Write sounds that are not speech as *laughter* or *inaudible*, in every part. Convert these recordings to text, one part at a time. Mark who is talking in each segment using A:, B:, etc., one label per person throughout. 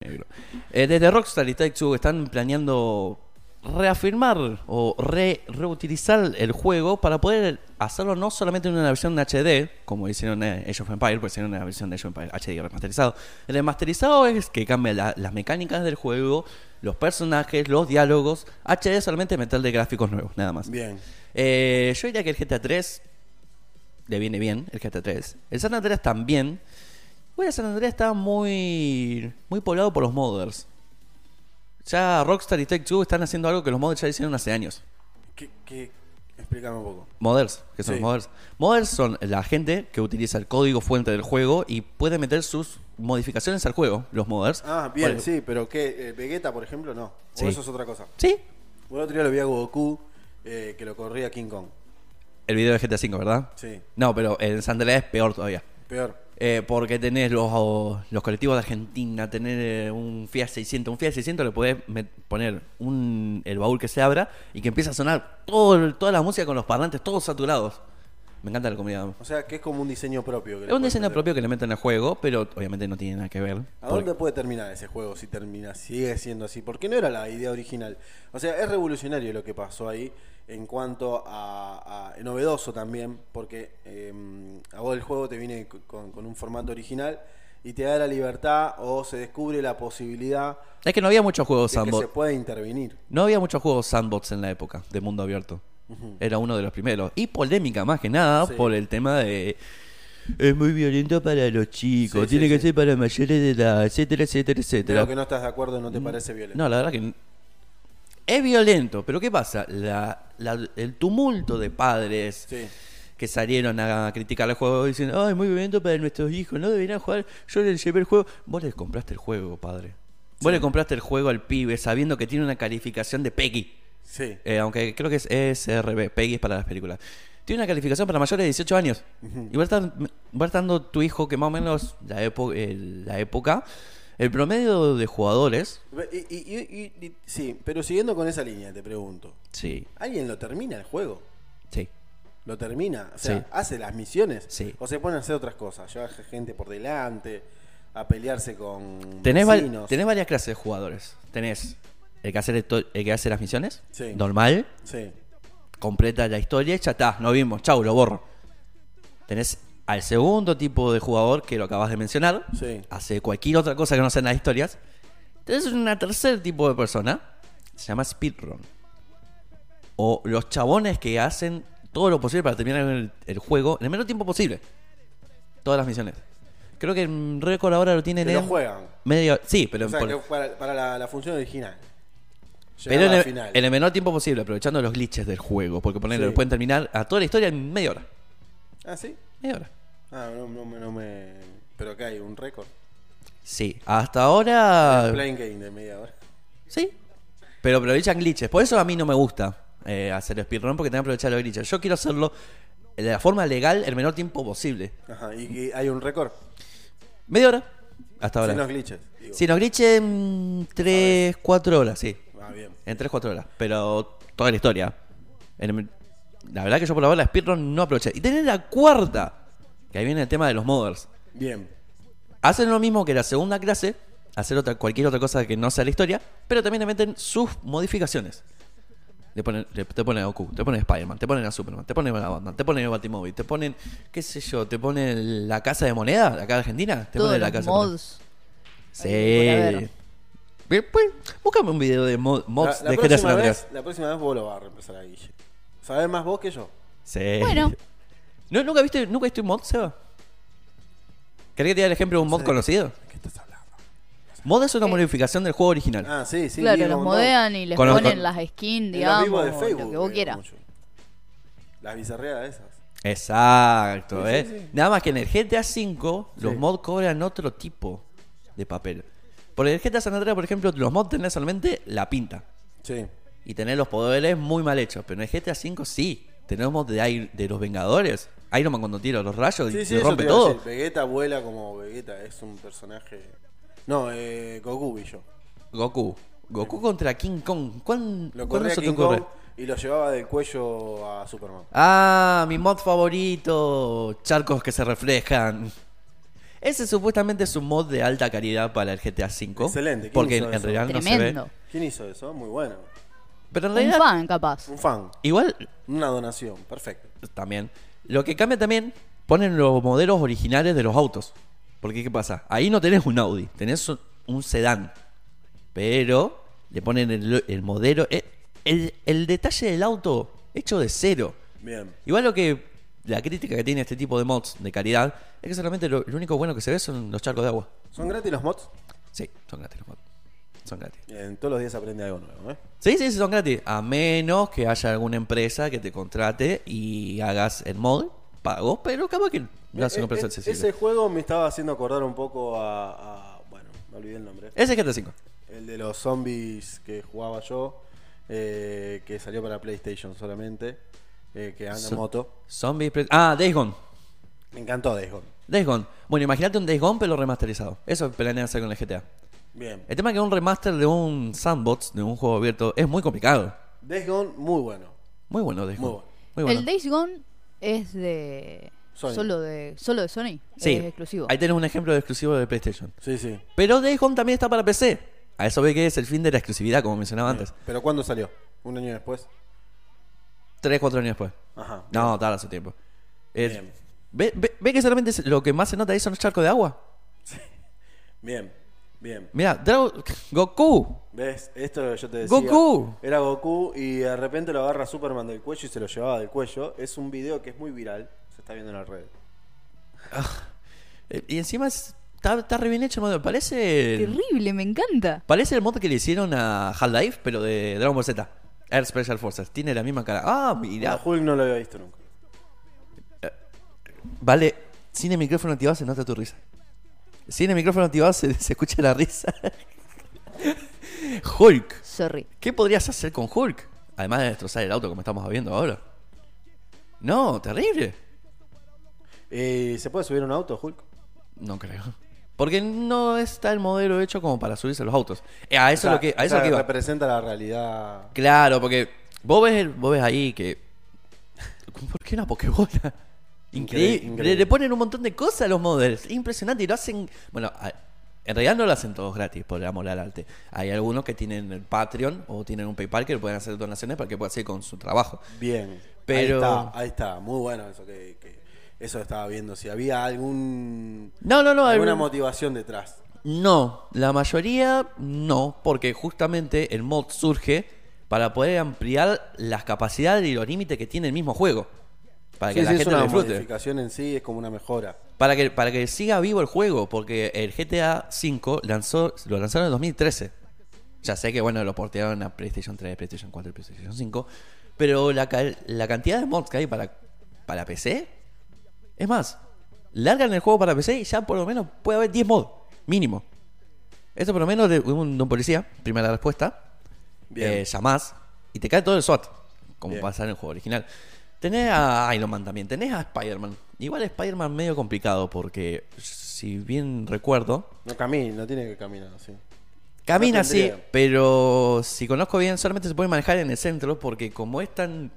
A: negro. Eh, desde Rockstar y Take-Two están planeando reafirmar o re- reutilizar el juego para poder hacerlo no solamente en una versión HD, como hicieron en Age of Empires, porque hicieron una versión de Age of Empires HD remasterizado. El remasterizado es que cambia la- las mecánicas del juego, los personajes, los diálogos. HD solamente meterle gráficos nuevos, nada más.
B: Bien.
A: Eh, yo diría que el GTA 3 le viene bien, el GTA 3. El San Andreas también. Bueno, el San Andreas está muy, muy poblado por los modders. Ya Rockstar y Take-Two están haciendo algo que los modders ya hicieron hace años.
B: ¿Qué, qué? Explícame un poco.
A: Modders, que son
B: Sí.
A: los modders. Modders son la gente que utiliza el código fuente del juego y puede meter sus modificaciones al juego, los modders.
B: Ah, bien,
A: Por-
B: sí, pero ¿qué? Eh, ¿Vegeta, por ejemplo? No.
A: Sí.
B: O eso es otra cosa.
A: Sí,
B: El otro día lo vi a Goku eh, que lo corría King Kong.
A: el video de GTA V, ¿verdad?
B: Sí.
A: No, pero el San Andreas es peor todavía.
B: Peor.
A: Eh, porque tenés los, los colectivos de Argentina, tener eh, un Fiat 600. Un Fiat 600 le podés met- poner un, el baúl que se abra y que empieza a sonar todo, el- toda la música con los parlantes todos saturados. Me encanta la comunidad.
B: O sea, que es como un diseño propio. que le
A: Es un
B: puedes
A: diseño
B: meter.
A: propio que le meten al juego, pero obviamente no tiene nada que ver.
B: ¿A dónde puede terminar ese juego si termina, sigue siendo así? Porque no era la idea original. O sea, es revolucionario lo que pasó ahí en cuanto a, a- novedoso también, porque eh, a vos el juego te viene co- con, con un formato original y te da la libertad o se descubre la posibilidad
A: Porque- Es que no había muchos juegos
B: de que se
A: sandbox.
B: pueda intervenir.
A: No había muchos juegos sandbox en la época de mundo abierto. Era uno de los primeros. Y polémica más que nada
B: Sí.
A: por el tema de... Es muy violento para los chicos,
B: Sí,
A: tiene
B: sí,
A: que
B: sí.
A: ser para mayores de edad, etcétera, etcétera,
B: De
A: etcétera.
B: lo que no estás de acuerdo no te parece violento.
A: No, la verdad que n- es violento, pero ¿qué pasa? La- la- el tumulto de padres
B: Sí.
A: que salieron a criticar el juego diciendo, ay, muy violento para nuestros hijos, no deberían jugar, yo les llevé el juego. Vos les compraste el juego, padre. Vos le compraste el juego al pibe sabiendo que tiene una calificación de PEGI.
B: Sí.
A: Eh, aunque creo que es ESRB, PEGI es para las películas. Tiene una calificación para mayores de 18 años. Y va a, estar, va a estar dando tu hijo que más o menos la, epo- el- la época, el promedio de jugadores.
B: Y, y- y- y- y- sí, pero siguiendo con esa línea, te pregunto.
A: Sí,
B: ¿Alguien lo termina el juego?
A: sí.
B: lo termina, o sea,
A: Sí.
B: hace las misiones,
A: Sí.
B: o se ponen a hacer otras cosas, lleva gente por delante, a pelearse con
A: Tenés, val-
B: vecinos.
A: tenés varias clases de jugadores. Tenés el que hace, el to- el que hace las misiones,
B: Sí.
A: normal,
B: Sí,
A: completa la historia y ya está, no vimos, chau, lo borro. Tenés al segundo tipo de jugador que lo acabas de mencionar,
B: Sí.
A: hace cualquier otra cosa que no sean las historias. Tenés un tercer tipo de persona, se llama speedrun. O los chabones que hacen todo lo posible para terminar el, el juego en el menor tiempo posible. Todas las misiones. Creo que el récord ahora lo tienen
B: Que lo
A: en
B: juegan.
A: medio- sí, pero
B: o sea,
A: por-
B: que para, para la, la función original. Llegar
A: pero en
B: a la
A: el,
B: final.
A: en el menor tiempo posible, aprovechando los glitches del juego. Porque ponerle,
B: Sí.
A: pueden terminar a toda la historia en media hora.
B: Ah, sí.
A: Media hora.
B: Ah, no, no me- no me... Pero acá hay un récord.
A: Sí, hasta ahora.
B: Playing game de media hora. *laughs*
A: Sí. Pero aprovechan glitches. Por eso a mí no me gusta eh, hacer el speedrun porque tengo que aprovechar los glitches. Yo quiero hacerlo de la forma legal el menor tiempo posible.
B: Ajá, y, y hay un récord.
A: Media hora. Hasta ahora.
B: Sin los glitches. digo.
A: Si nos glitches, 3, 4 horas, sí.
B: Ah, bien.
A: En 3, 4 horas. Pero toda la historia. En- La verdad que yo por ahora la speedrun no aproveché. Y tener la cuarta. Que ahí viene el tema de los modders.
B: Bien.
A: Hacen lo mismo que la segunda clase, hacer otra, cualquier otra cosa que no sea la historia, pero también le meten sus modificaciones. Le ponen, le- te ponen a Goku, te ponen a Spider-Man, te ponen a Superman, te ponen a la banda, te ponen a Batimóvil, te ponen, qué sé yo, te ponen la casa de moneda, la casa argentina, te
C: Todos
A: ponen la
C: los
A: casa
C: mods. Ahí, por
A: Sí.
C: haber.
A: Bien, pues, búscame un video de mo- mods
B: la, la
A: de GTA San
B: próxima
A: Andreas.
B: vez, la próxima vez vos lo vas a reemplazar a Guille. ¿Sabés más vos que yo?
A: Sí.
C: Bueno.
A: ¿No, ¿Nunca viste nunca viste un mod, Seba? ¿Querés que te dé el ejemplo de un mod conocido?
B: ¿De qué estás hablando?
A: Mod es una modificación del juego original.
B: Ah, sí, sí. vi
C: claro,
B: como
C: los
B: un
C: modean y les
A: Con los-
C: ponen
A: con-
C: las skins,
B: En los
C: digamos,
B: vivos de Facebook.
C: lo que vos
A: eh,
B: veo
C: quieras.
B: mucho. Las bizarreadas esas.
A: Exacto,
B: Sí,
A: ¿eh?
B: sí, sí.
A: Nada más que en el GTA V los
B: Sí.
A: mods cobran otro tipo de papel. Por el GTA San Andreas, por ejemplo, los mods tenés solamente la pinta
B: Sí.
A: y tenés los poderes muy mal hechos. Pero en el GTA V sí, tenemos de, Air- de los Vengadores. Iron Man cuando tira los rayos y
B: Sí, sí,
A: se
B: eso
A: rompe
B: te iba a
A: todo.
B: decir. Vegeta vuela como Vegeta, es un personaje. No, eh, Goku vi yo.
A: Goku. Goku contra King Kong. ¿Cuán,
B: Lo
A: ¿Cuándo
B: corría
A: se te
B: King
A: ocurre?
B: Kong y lo llevaba del cuello a Superman.
A: Ah, mi mod favorito. Charcos que se reflejan. Ese supuestamente es un mod de alta calidad para el GTA V.
B: Excelente, ¿quién
A: Porque
B: hizo
A: en, en
B: eso?
A: realidad Ah, no
C: Tremendo.
A: se ve.
B: ¿Quién hizo eso? Muy bueno.
A: Pero en
C: Un
A: realidad,
C: fan, capaz.
B: Un fan.
A: igual
B: Una donación. Perfecto.
A: también. Lo que cambia también, ponen los modelos originales de los autos. Porque, ¿qué pasa? Ahí no tenés un Audi, tenés un- un sedán. Pero le ponen el, el modelo. eh, El, el detalle del auto hecho de cero.
B: Bien.
A: Igual lo que. La crítica que tiene este tipo de mods de calidad es que solamente lo, lo único bueno que se ve son los charcos de agua.
B: ¿Son gratis los mods?
A: Sí, son gratis los mods. Son gratis.
B: Bien, todos los días aprende algo nuevo, ¿eh?
A: Sí, sí, sí, son gratis. A menos que haya alguna empresa que te contrate y hagas el mod pago, pero capaz que no hace
B: Eh,
A: una empresa
B: eh,
A: accesible.
B: ese juego me estaba haciendo acordar un poco a, a- Bueno, me olvidé el nombre.
A: Ese es GTA 5.
B: El de los zombies que jugaba yo, eh, que salió para PlayStation solamente, eh, que anda en
A: Zo-
B: moto.
A: Zombies. Pre- Ah, Days Gone.
B: Me encantó Days Gone.
A: Days Gone. Bueno, imagínate un Days Gone, pero remasterizado. Eso planean hacer con el GTA.
B: Bien.
A: El tema es que un remaster de un sandbox, de un juego abierto, es muy complicado.
B: Days Gone, muy bueno.
A: Muy bueno, Days
B: Muy
A: Gone.
B: bueno.
A: Muy bueno.
C: El Days Gone es de.
B: Sony.
C: Solo de solo de Sony.
A: Sí,
C: Es exclusivo.
A: ahí tenés un ejemplo de exclusivo de PlayStation.
B: Sí, sí.
A: Pero Days Gone también está para PC. A eso ve que es el fin de la exclusividad, como mencionaba antes.
B: ¿Pero cuándo salió? ¿Un año después?
A: Tres, cuatro años después.
B: Ajá.
A: No, tarda su tiempo. Eh,
B: Bien.
A: ve, ve- ve que solamente se- lo que más se nota ahí son los charcos de agua?
B: Bien, bien.
A: Mira, Drago- Goku.
B: ¿Ves? Esto yo te decía.
A: Goku.
B: Era Goku y de repente lo agarra Superman del cuello y se lo llevaba del cuello. Es un video que es muy viral. Se está viendo en las redes.
A: Eh, Y encima es- está, está re bien hecho el mod. Parece,
C: Terrible, me encanta.
A: parece el mod que le hicieron a Half-Life, pero de Dragon Ball Z. Air Special Forces. Tiene la misma cara. Ah,
B: A
A: mira.
B: Hulk no lo había visto nunca.
A: Vale, sin el micrófono activado se nota tu risa. Sin el micrófono activado se, se escucha la risa. *laughs* Hulk.
C: Sorry.
A: ¿Qué podrías hacer con Hulk? Además de destrozar el auto como estamos viendo ahora. No, terrible.
B: Eh, ¿Se puede subir a un auto, Hulk?
A: No creo. Porque no está el modelo hecho como para subirse a los autos. Eh, a eso
B: O sea,
A: lo que, a
B: o
A: eso
B: sea,
A: lo que iba.
B: representa la realidad.
A: Claro, porque vos ves, el- vos ves ahí que. *laughs* ¿Por qué una Pokébola?
B: Increíble,
A: Increíble.
B: increíble.
A: Le, le ponen un montón de cosas a los models. Impresionante. Y lo hacen. Bueno, a- en realidad no lo hacen todos gratis, por el amor al arte. Hay algunos que tienen el Patreon o tienen un PayPal que le pueden hacer donaciones para que pueda seguir con su trabajo.
B: Bien.
A: Pero-
B: Ahí está, ahí está. Muy bueno eso que, que- Eso estaba viendo. Si había algún...
A: No, no, no.
B: alguna
A: algún-
B: motivación detrás.
A: No, la mayoría no, porque justamente el mod surge para poder ampliar las capacidades y los límites que tiene el mismo juego. Para que
B: Sí,
A: la
B: sí, es
A: gente
B: una
A: lo disfrute.
B: modificación en sí, es como una mejora.
A: Para que, para que siga vivo el juego, porque el GTA V lanzó, lo lanzaron en 2013. Ya sé que, bueno, lo portearon a PlayStation 3, PlayStation 4 y PlayStation 5. Pero la, ca- la cantidad de mods que hay para, para PC... Es más, largan el juego para PC y ya por lo menos puede haber 10 mods, mínimo. Esto por lo menos de un, de un policía, primera respuesta.
B: Bien.
A: Eh, llamás y te cae todo el SWAT, como
B: Bien.
A: pasa en el juego original. Tenés a Iron Man también, tenés a Spider-Man. Igual Spider-Man medio complicado porque, si bien recuerdo,
B: No camina, no tiene que caminar así.
A: camina
B: No
A: así,
B: tendría.
A: pero si conozco bien, solamente se puede manejar en el centro porque como es tan,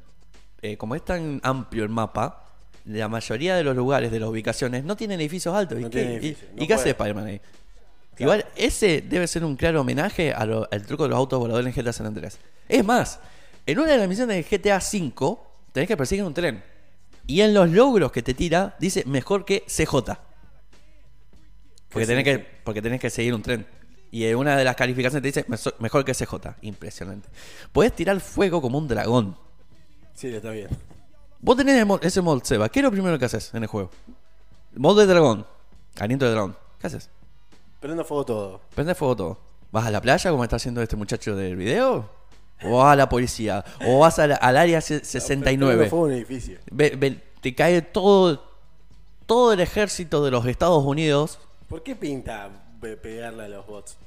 A: eh, como es tan amplio el mapa, la mayoría de los lugares, de las ubicaciones, no tienen edificios altos.
B: No
A: ¿Y, qué,
B: tiene
A: y-
B: edificios,
A: y
B: no
A: qué hace
B: puede.
A: Spider-Man ahí? Igual ese debe ser un claro homenaje a lo- al truco de los autos voladores en GTA San Andreas. Es más, en una de las misiones de GTA V tenés que perseguir un tren. Y en los logros que te tira dice mejor que CJ. Porque
B: ¿Qué
A: tenés, que,
B: significa?
A: porque tenés que seguir un tren. Y en una de las calificaciones te dice "Meso- mejor que CJ. Impresionante. Podés tirar fuego como un dragón.
B: Sí, está bien.
A: Vos tenés el mod- ese mod, Seba. ¿Qué es lo primero que haces en el juego? Mod de dragón. Aliento de dragón. ¿Qué haces?
B: Prendo fuego todo.
A: Prende fuego todo. ¿Vas a la playa como está haciendo este muchacho del video? ¿O vas a la policía? ¿O vas a la- al área se-
B: Prendo
A: 69?
B: fuego a un edificio.
A: Ve- ve- te cae todo, todo el ejército de los Estados Unidos.
B: ¿Por qué pinta pe- pegarle a los bots?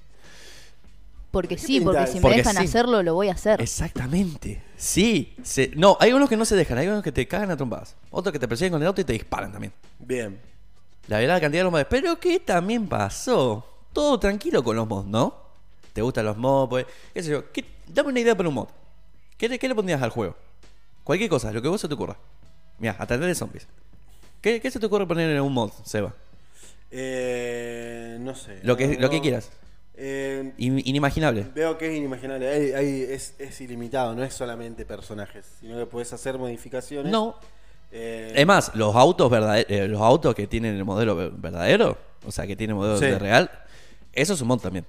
C: Porque
B: ¿Qué
C: sí,
B: pinta
C: porque
B: eso?
C: si me
A: Porque
C: dejan
A: sí.
C: hacerlo, lo voy a hacer.
A: Exactamente. Sí. se- no, hay unos que no se dejan. Hay unos que te cagan a trompadas. Otros que te persiguen con el auto y te disparan también.
B: Bien.
A: La verdad, la cantidad de los mods. Pero que también pasó. Todo tranquilo con los mods, ¿no? ¿Te gustan los mods? Pues, qué sé yo. ¿Qué- dame una idea para un mod. ¿Qué, le- qué le pondrías al juego? Cualquier cosa, lo que vos se te ocurra. Mira, atender de zombies. ¿Qué, qué se te ocurre poner en un mod, Seba?
B: Eh, no sé.
A: Lo que-
B: No,
A: lo que
B: no.
A: quieras.
B: Eh,
A: In- inimaginable.
B: Veo que es inimaginable, hay- hay- es, es ilimitado, no es solamente personajes, sino que puedes hacer modificaciones.
A: No.
B: Eh,
A: Es más, los autos verdaderos, los autos que tienen el modelo ver- verdadero, o sea, que tiene modelo
B: Sí.
A: de real, eso es un mod también.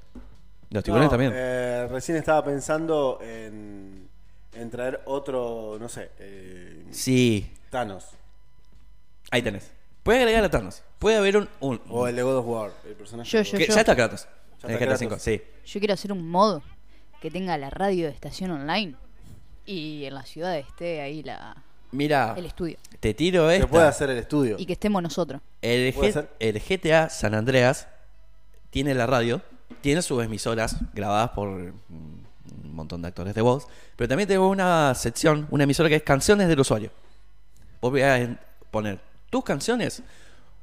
A: Los tiburones
B: no,
A: también.
B: eh, recién estaba pensando en, en traer otro, no sé, eh,
A: Sí,
B: Thanos.
A: ahí tenés. Puede agregar a Thanos. Puede haber un. un-
B: O el de God of War, el personaje.
C: Yo,
B: de God
A: que-
B: of
C: yo.
A: ya está Kratos.
B: Ya
A: en
B: está
A: el GTA V,
B: Kratos.
A: sí.
C: Yo quiero hacer un modo que tenga la radio de estación online y en la ciudad esté ahí la,
A: Mira,
C: el estudio.
A: te tiro
B: War.
A: esta.
B: Se puede hacer el estudio.
C: Y que estemos nosotros.
A: El,
B: ¿Puede
A: G-
B: ser?
A: el GTA San Andreas tiene la radio, tiene sus emisoras grabadas por mm, un montón de actores de voz, pero también tengo una sección, una emisora que es canciones del usuario. Vos voy a poner tus canciones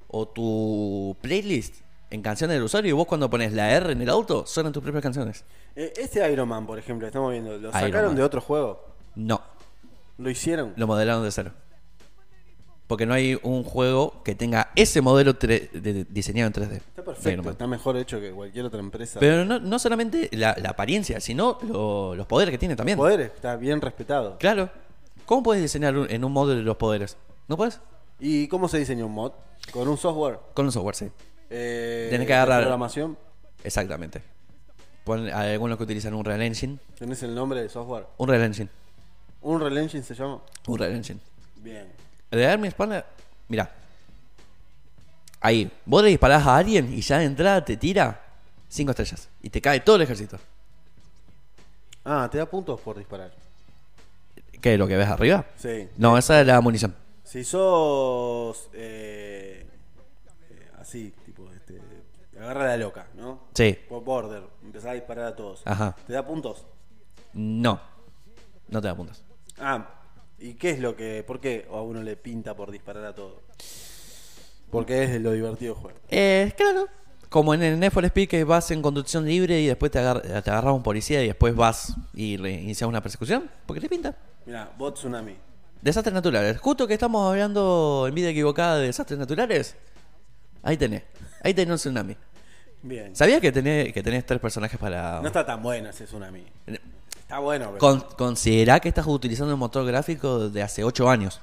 A: o tu playlist en canciones del usuario y vos cuando pones la R en el auto suenan tus propias canciones.
B: Eh, este Iron Man, por ejemplo, estamos viendo, lo
A: Iron
B: sacaron
A: Man.
B: de otro juego.
A: No,
B: Lo hicieron.
A: lo modelaron de cero. Porque no hay un juego que tenga ese modelo tre- de- de- diseñado en 3D. de
B: Está
A: Iron
B: perfecto,
A: Man.
B: está mejor hecho que cualquier otra empresa.
A: Pero no, no solamente la, la apariencia, sino lo- los poderes que tiene también.
B: Poder está bien respetado.
A: Claro. ¿Cómo puedes diseñar un- en un modelo los poderes? ¿No puedes?
B: ¿Y cómo se diseña un mod? Con un software.
A: Con un software, sí.
B: Eh,
A: Tenés que
B: de
A: agarrar-
B: programación.
A: Exactamente. Pon- hay algunos que utilizan un Real Engine.
B: ¿Tenés el nombre del software?
A: Un Real Engine.
B: ¿Unreal Engine se llama?
A: Un Real Engine.
B: Bien.
A: El de Army Spanner. Mirá. Ahí. Vos le disparás a alguien y ya de entrada te tira cinco estrellas. Y te cae todo el ejército.
B: Ah, te da puntos por disparar.
A: ¿Qué es lo que ves arriba?
B: Sí.
A: No, esa es la munición.
B: Si sos eh, eh, así, tipo, este, agarra la loca, ¿no?
A: Sí.
B: Por border, empezás a disparar a todos.
A: Ajá.
B: ¿Te da puntos?
A: No. No te da puntos.
B: Ah, ¿y qué es lo que, por qué a uno le pinta por disparar a todos? Porque es lo divertido del juego.
A: Eh, claro. Como en el Need for Speed que vas en conducción libre y después te, agar te agarra un policía y después vas y re- inicias una persecución. Porque te pinta.
B: Mira, bot tsunami.
A: Desastres naturales. Justo que estamos hablando en vida equivocada de desastres naturales. Ahí tenés. Ahí tenés un tsunami.
B: Bien.
A: ¿Sabías que tenés, que tenés tres personajes para...?
B: No está tan bueno ese tsunami. Está bueno, pero.
A: Con- considerá que estás utilizando un motor gráfico de hace 8 años.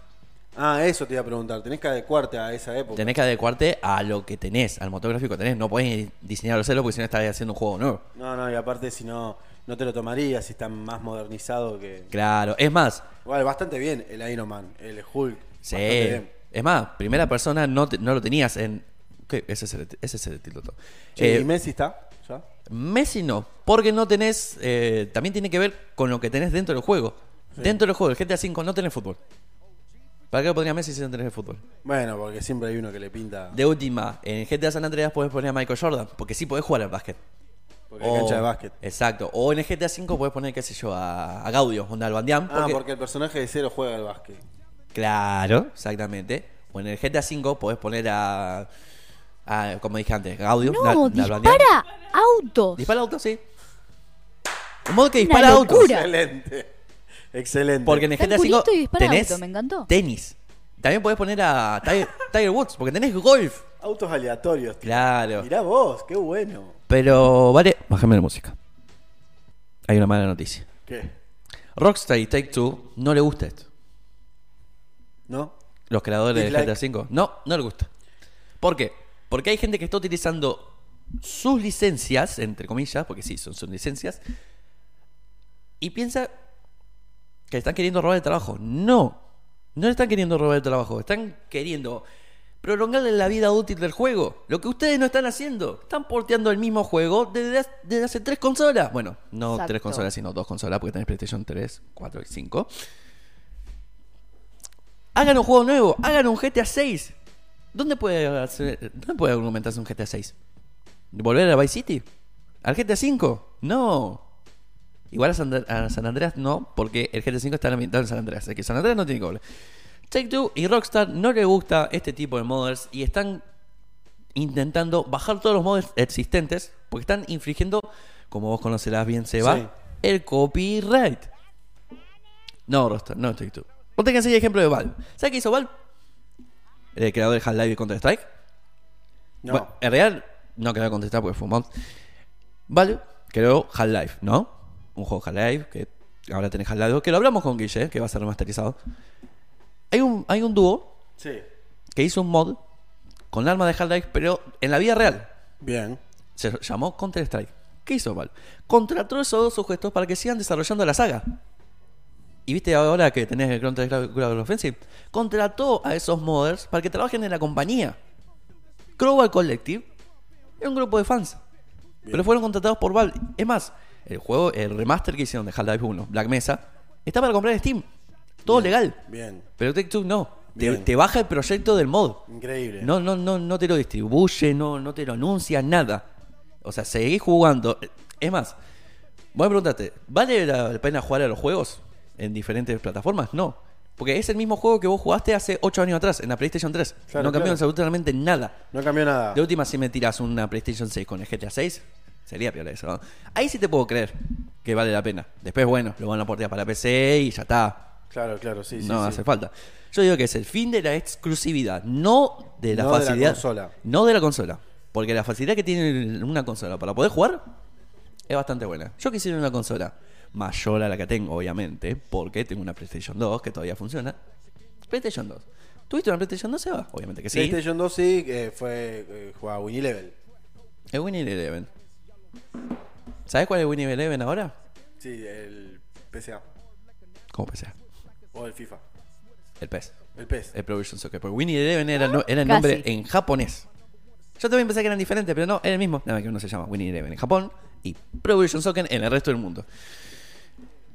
B: Ah, eso te iba a preguntar. Tenés que adecuarte a esa época.
A: Tenés que adecuarte a lo que tenés, al motor gráfico que tenés. No podés diseñarlo cero porque si no estás haciendo un juego nuevo.
B: No, no, y aparte, si no, no te lo tomarías si está más modernizado que.
A: Claro. Es más,
B: Igual, bastante bien el Iron Man, el Hulk.
A: Sí.
B: bastante bien.
A: Es más, primera persona no, te- no lo tenías en. ¿Qué? Ese es el, ese es el título.
B: Che,
A: Eh,
B: ¿Y Messi está? ¿Ya?
A: Messi no, porque no tenés. eh, también tiene que ver con lo que tenés dentro del juego. Dentro del juego, el GTA V no tenés fútbol. ¿Para qué lo pondría Messi si no tenés el fútbol?
B: Bueno, porque siempre hay uno que le pinta.
A: De última, en GTA San Andreas podés poner a Michael Jordan, porque sí podés jugar al básquet.
B: Porque hay
A: Oh.
B: cancha de básquet.
A: Exacto. O en el GTA V podés poner, qué sé yo, a, a Gaudio, onda al Bandián.
B: Ah, porque el personaje de cero juega al básquet.
A: Claro, exactamente. O en el GTA V podés poner a. a, como dije antes, Gaudio. Dal-
C: No,
A: Dalbandian.
C: dispara autos.
A: Dispara autos, sí. Un modo que
C: Una
A: dispara autos.
C: locura.
B: Excelente. Excelente.
A: Porque en el
C: Tan
A: GTA
C: purito y
A: V
C: dispara
A: tenés
C: autos, me encantó.
A: tenis. También podés poner a Tiger,
C: *laughs*
A: Tiger Woods, porque tenés golf.
B: Autos aleatorios, tío.
A: Claro.
B: Mirá vos, qué bueno.
A: Pero, vale, bájame la música. Hay una mala noticia.
B: ¿Qué?
A: Rockstar y Take Two no le gusta esto.
B: ¿No?
A: Los creadores del
B: Dislike.
A: GTA V. No, no les gusta. ¿Por qué? Porque hay gente que está utilizando sus licencias, entre comillas, porque sí, son sus licencias, y piensa que le están queriendo robar el trabajo. No, no le están queriendo robar el trabajo, están queriendo prolongarle la vida útil del juego. Lo que ustedes no están haciendo, están porteando el mismo juego desde, ha- desde hace tres consolas. Bueno, no
C: Exacto.
A: tres consolas, sino dos consolas, porque tenés PlayStation 3, 4 y 5. Hagan un juego nuevo, hagan un GTA 6. ¿Dónde puede, hacer- dónde puede argumentarse un GTA 6? ¿Volver a Vice City? ¿Al GTA 5? No. Igual a San, a San Andreas no, porque el GTA 5 está ambientado en San Andreas. Así que San Andreas no tiene que volver. Take Two y Rockstar no le gusta este tipo de modders y están intentando bajar todos los modders existentes porque están infringiendo, como vos conocerás bien, Seba,
B: Sí.
A: el copyright. No, Rockstar, no Take Two. Vos tenés el ejemplo de Valve. ¿Sabes qué hizo Valve? El creador de Half-Life y Counter-Strike.
B: No.
A: Bueno, en realidad, no quería contestar porque fue un mod. Vale, creo Half-Life, ¿no? Un juego Half-Life que ahora tenés Half-Life 2, que lo hablamos con Guille, que va a ser remasterizado. Hay un, hay un dúo
B: Sí.
A: que hizo un mod con el arma de Half-Life, pero en la vida real.
B: Bien.
A: Se llamó Counter-Strike. ¿Qué hizo Valve? Contrató esos dos sujetos para que sigan desarrollando la saga. Y viste ahora que tenés el Counter-Strike Global Offensive. Contrató a esos modders para que trabajen en la compañía. Crowbar Collective era un grupo de fans. Pero fueron contratados por Valve. Es más, el juego, el remaster que hicieron de Half-Life 1, Black Mesa, está para comprar en Steam. Todo legal.
B: Bien.
A: Pero Take-Two no. Te,
B: Bien.
A: te baja el proyecto del mod.
B: Increíble.
A: No, no, no, no te lo distribuye, no, no te lo anuncia, nada. O sea, seguís jugando. Es más, voy a preguntarte, ¿vale la pena jugar a los juegos en diferentes plataformas? No. Porque es el mismo juego que vos jugaste hace 8 años atrás, en la PlayStation 3.
B: Claro,
A: no cambió
B: claro. Ah.
A: absolutamente nada.
B: No cambió nada.
A: De última, si me tiras una PlayStation 6 con el GTA 6, sería peor eso. ¿no? Ahí sí te puedo creer que vale la pena. Después, bueno, lo van a portear para PC y ya está
B: Claro, claro, sí, sí.
A: no
B: sí.
A: hace falta. Yo digo que es el fin de la exclusividad, no de la
B: No de la
A: facilidad.
B: consola.
A: No de la consola. Porque la facilidad que tiene una consola para poder jugar es bastante buena. Yo quisiera una consola mayor a la que tengo, obviamente, porque tengo una PlayStation 2 que todavía funciona. PlayStation 2. ¿Tuviste una PlayStation 2, Seba? Obviamente que sí.
B: PlayStation 2 sí eh, fue eh, jugaba Winnie Level.
A: Es Winnie Eleven. ¿Sabes cuál es Winnie Eleven ahora?
B: Sí, el PSA
A: ¿Cómo PESA?
B: o el FIFA.
A: El PES.
B: El PES.
A: El Provision eh, Soccer. Porque Winnie Eleven era, no- era el
C: Casi.
A: nombre en japonés. Yo también pensé que eran diferentes, pero no, era el mismo. Nada más que uno se llama Winnie Eleven en Japón y Provision Soccer en el resto del mundo.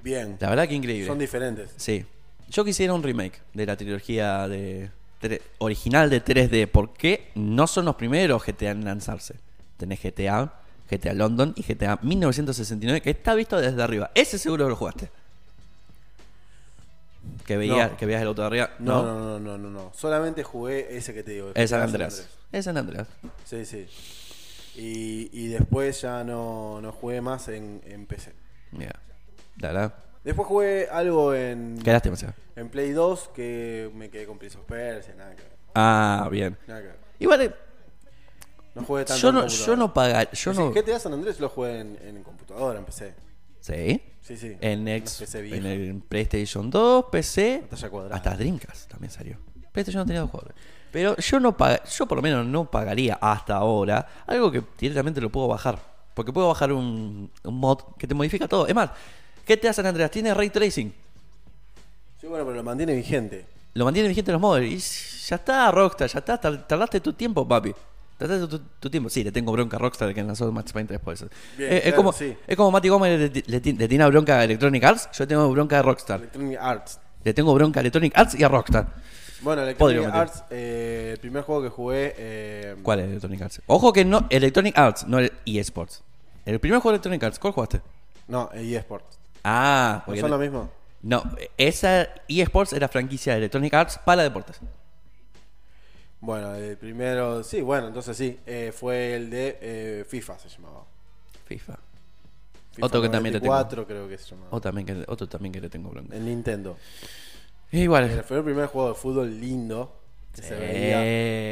B: Bien.
A: La verdad que increíble.
B: Son diferentes.
A: sí. Yo quisiera un remake de la trilogía de tre- original de 3D porque no son los primeros GTA en lanzarse. Tenés GTA, GTA London y GTA 1969 que está visto desde arriba. Ese seguro que lo jugaste. Que veías,
B: No.
A: que veías el auto de arriba.
B: No, no, no, no, no, no. Solamente jugué ese que te digo.
A: Es San
B: San
A: Andreas. Es San Andreas.
B: Sí, sí. Y, y después ya no, no jugué más en, en PC.
A: Mira, la verdad.
B: Después jugué algo en,
A: Qué lástima, Seba.
B: en Play 2 que me quedé con Prince of Persia, nada que ver.
A: Ah, bien.
B: Nada que ver.
A: Igual, eh,
B: No jugué tanto
A: yo
B: en
A: no, yo
B: computadora.
A: no pagar. Yo
B: Sí,
A: no.
B: GTA San Andrés lo jugué en, en computadora, en PC.
A: Sí.
B: Sí, sí.
A: En,
B: Una
A: ex-
B: PC vieja.
A: en el PlayStation 2, PC.
B: Pantalla cuadrada.
A: Hasta Dreamcast también salió. PlayStation no tenía dos jugadores. Pero yo no paga, yo por lo menos no pagaría hasta ahora algo que directamente lo puedo bajar. Porque puedo bajar un, un mod que te modifica todo. Es más, GTA San Andreas tiene ray tracing.
B: Sí, bueno, pero lo mantiene vigente.
A: Lo mantiene vigente los mods. Y ya está, Rockstar, ya está. tar- Tardaste tu tiempo, papi. Tardaste tu, tu tiempo. Sí, le tengo bronca a Rockstar de que lanzó Max Payne 3 por eso.
B: Bien,
A: Eh, es,
B: claro,
A: como,
B: sí.
A: es como Mati Gómez le, le ti- le tiene bronca a Electronic Arts. Yo tengo bronca a Rockstar.
B: Electronic Arts.
A: Le tengo bronca a Electronic Arts y a Rockstar.
B: Bueno,
A: Podría
B: Electronic
A: meter.
B: Arts, eh, el primer juego que jugué. eh,
A: ¿Cuál es Electronic Arts? Ojo que no, Electronic Arts, no el eSports. El primer juego de Electronic Arts, ¿cuál jugaste?
B: No, eh, eSports.
A: Ah,
B: ¿No
A: porque
B: son
A: te-
B: lo mismo?
A: no, esa eSports era franquicia de Electronic Arts para deportes.
B: Bueno, el primero. Sí, bueno, entonces sí. eh, fue el de eh, FIFA, se llamaba.
A: FIFA.
B: FIFA
A: Otro que también le tengo.
B: 94 creo que se llamaba.
A: O también que, otro también que le tengo bronca.
B: En Nintendo.
A: Igual.
B: Pero fue el primer juego de fútbol lindo que se
A: Sí.
B: veía.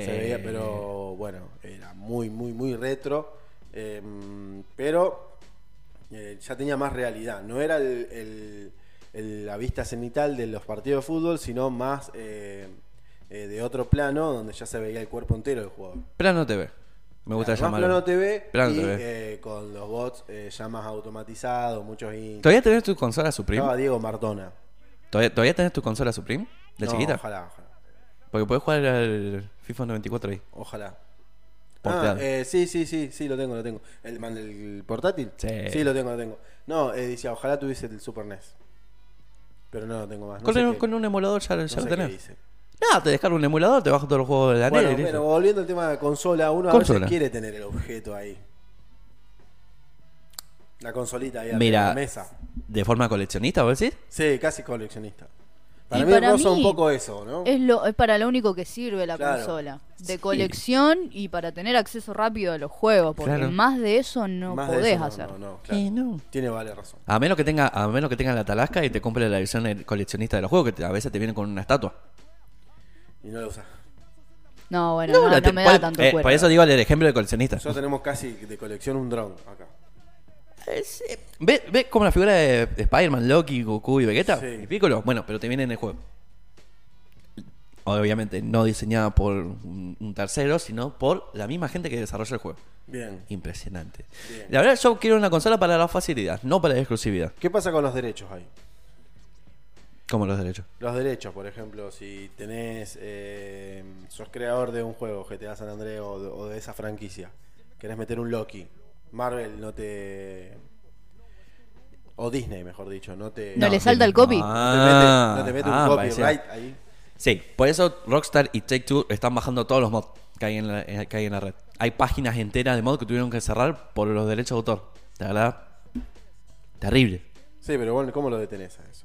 B: Se veía, pero bueno, era muy, muy, muy retro. eh, pero eh, ya tenía más realidad. No era el- el- el- la vista cenital de los partidos de fútbol, sino más eh, eh, de otro plano donde ya se veía el cuerpo entero del jugador.
A: Plano TV. Me gusta
B: Claro, más
A: llamarlo.
B: plano TV
A: Plano
B: y
A: TV.
B: eh, con los bots eh, ya más automatizados, muchos in-
A: ¿Todavía tenés tu consola Supreme?
B: Estaba Diego Mardona.
A: ¿Todavía, todavía tenés tu consola Supreme? ¿De
B: No,
A: chiquita?
B: Ojalá, ojalá.
A: Porque podés jugar al FIFA 94 ahí.
B: Ojalá. Ah,
A: Porteado.
B: eh, sí, sí, sí, sí, lo tengo, lo tengo. ¿El, man- el portátil?
A: Sí.
B: lo tengo, lo tengo. No, eh, decía, ojalá tuviese el Super NES. Pero no lo tengo más. No
A: con,
B: sé
A: un,
B: qué-
A: con un emulador ya,
B: no
A: ya lo
B: sé qué
A: tenés.
B: hice.
A: No, te descargo un emulador, te bajo todos los juegos de la
B: Bueno,
A: NES y
B: bueno,
A: listo.
B: volviendo al tema de consola, uno a
A: Consola.
B: veces quiere tener el objeto ahí. La consolita ahí en
A: Mira,
B: la mesa.
A: de forma coleccionista, ¿vos decís?
B: Sí, casi coleccionista. Para
C: Y
B: mí
C: para
B: roza un
C: mí
B: poco eso, ¿no?
C: Es, lo, es para lo único que sirve la
B: Claro.
C: consola. De
A: Sí.
C: colección y para tener acceso rápido a los juegos, porque
A: Claro.
C: más de eso no
B: Más de
C: podés
B: eso no,
C: hacer.
B: No, no, claro.
A: Y no.
B: Tiene vale razón.
A: A menos que tenga, a menos que tenga la talasca y te compre la edición coleccionista de los juegos, que te- a veces te vienen con una estatua.
B: Y no lo usa.
C: No, bueno, no, no,
A: la te-
C: me
A: por-
C: da tanto
A: eh,
C: cuero.
A: Por eso digo el ejemplo de coleccionista.
B: Nosotros tenemos casi de colección un dron acá.
A: Es, eh, ¿Ves ves como la figura de de Spider-Man, Loki, Goku y Vegeta?
B: Sí.
A: ¿Y Piccolo? Bueno, pero te viene en el juego. Obviamente no diseñada por un un tercero, sino por la misma gente que desarrolla el juego.
B: Bien.
A: Impresionante.
B: Bien.
A: La verdad, yo quiero una consola para la facilidad, no para la exclusividad,
B: ¿Qué pasa con los derechos ahí?
A: como los derechos.
B: Los derechos, por ejemplo, si tenés, eh, sos creador de un juego, GTA San Andreas o, de- o de esa franquicia, querés meter un Loki, Marvel no te... O Disney, mejor dicho, no te...
C: No, le
B: te
C: salta el copy.
A: Ah,
B: mete- no te mete
A: ah,
B: un
A: parecía.
B: copyright ahí.
A: Sí, por eso Rockstar y Take Two están bajando todos los mods que hay en la, eh, que hay en la red. Hay páginas enteras de mods que tuvieron que cerrar por los derechos de autor. La verdad, terrible.
B: Sí, pero bueno, ¿cómo lo detenés a eso?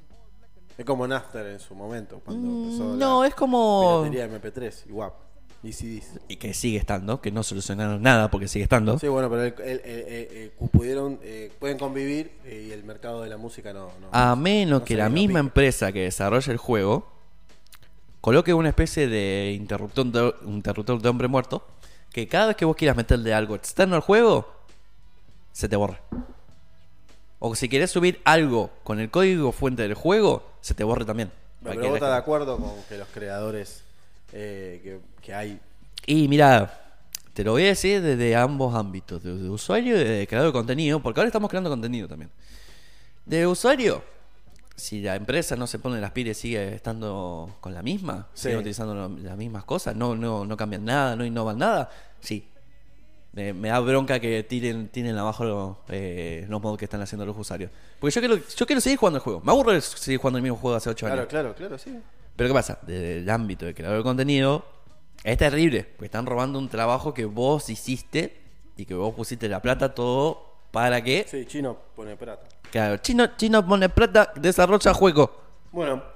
B: Es como Napster en su momento, cuando empezó
A: Mm, No,
B: la
A: es como.
B: pues, piratería MP3 y WAP y CDs.
A: Y que sigue estando, que no solucionaron nada porque sigue estando.
B: Sí, bueno, pero el, el- el- el- el- pudieron, eh, pueden convivir eh, y el mercado de la música no... no-
A: A menos
B: no
A: que
B: se
A: la
B: lo
A: misma
B: pique.
A: empresa que desarrolla el juego coloque una especie de interruptor de, interruptor de hombre muerto que cada vez que vos quieras meterle algo externo al juego, se te borra. O si querés subir algo con el código fuente del juego, se te borre también. Para
B: Pero
A: que
B: vos
A: la
B: estás de
A: gente-
B: acuerdo con que los creadores eh, que, que hay.
A: Y mira, te lo voy a decir desde ambos ámbitos, desde usuario y desde creador de contenido, porque ahora estamos creando contenido también. De usuario, si la empresa no se pone las pilas y sigue estando con la misma,
B: Sí.
A: sigue utilizando lo- las mismas cosas, no, no, no cambian nada, no innovan nada, sí. Me, me da bronca que tiren, tiren abajo los, eh, los mods que están haciendo los usuarios. Porque yo quiero, yo quiero seguir jugando el juego. Me aburro de seguir jugando el mismo juego hace 8 años.
B: Claro, claro, claro, sí.
A: Pero ¿qué pasa? Desde el ámbito de creador de contenido, es terrible, porque están robando un trabajo que vos hiciste y que vos pusiste la plata todo para que...
B: Sí, chino pone plata.
A: Claro, chino, chino pone plata, desarrolla juego.
B: Bueno,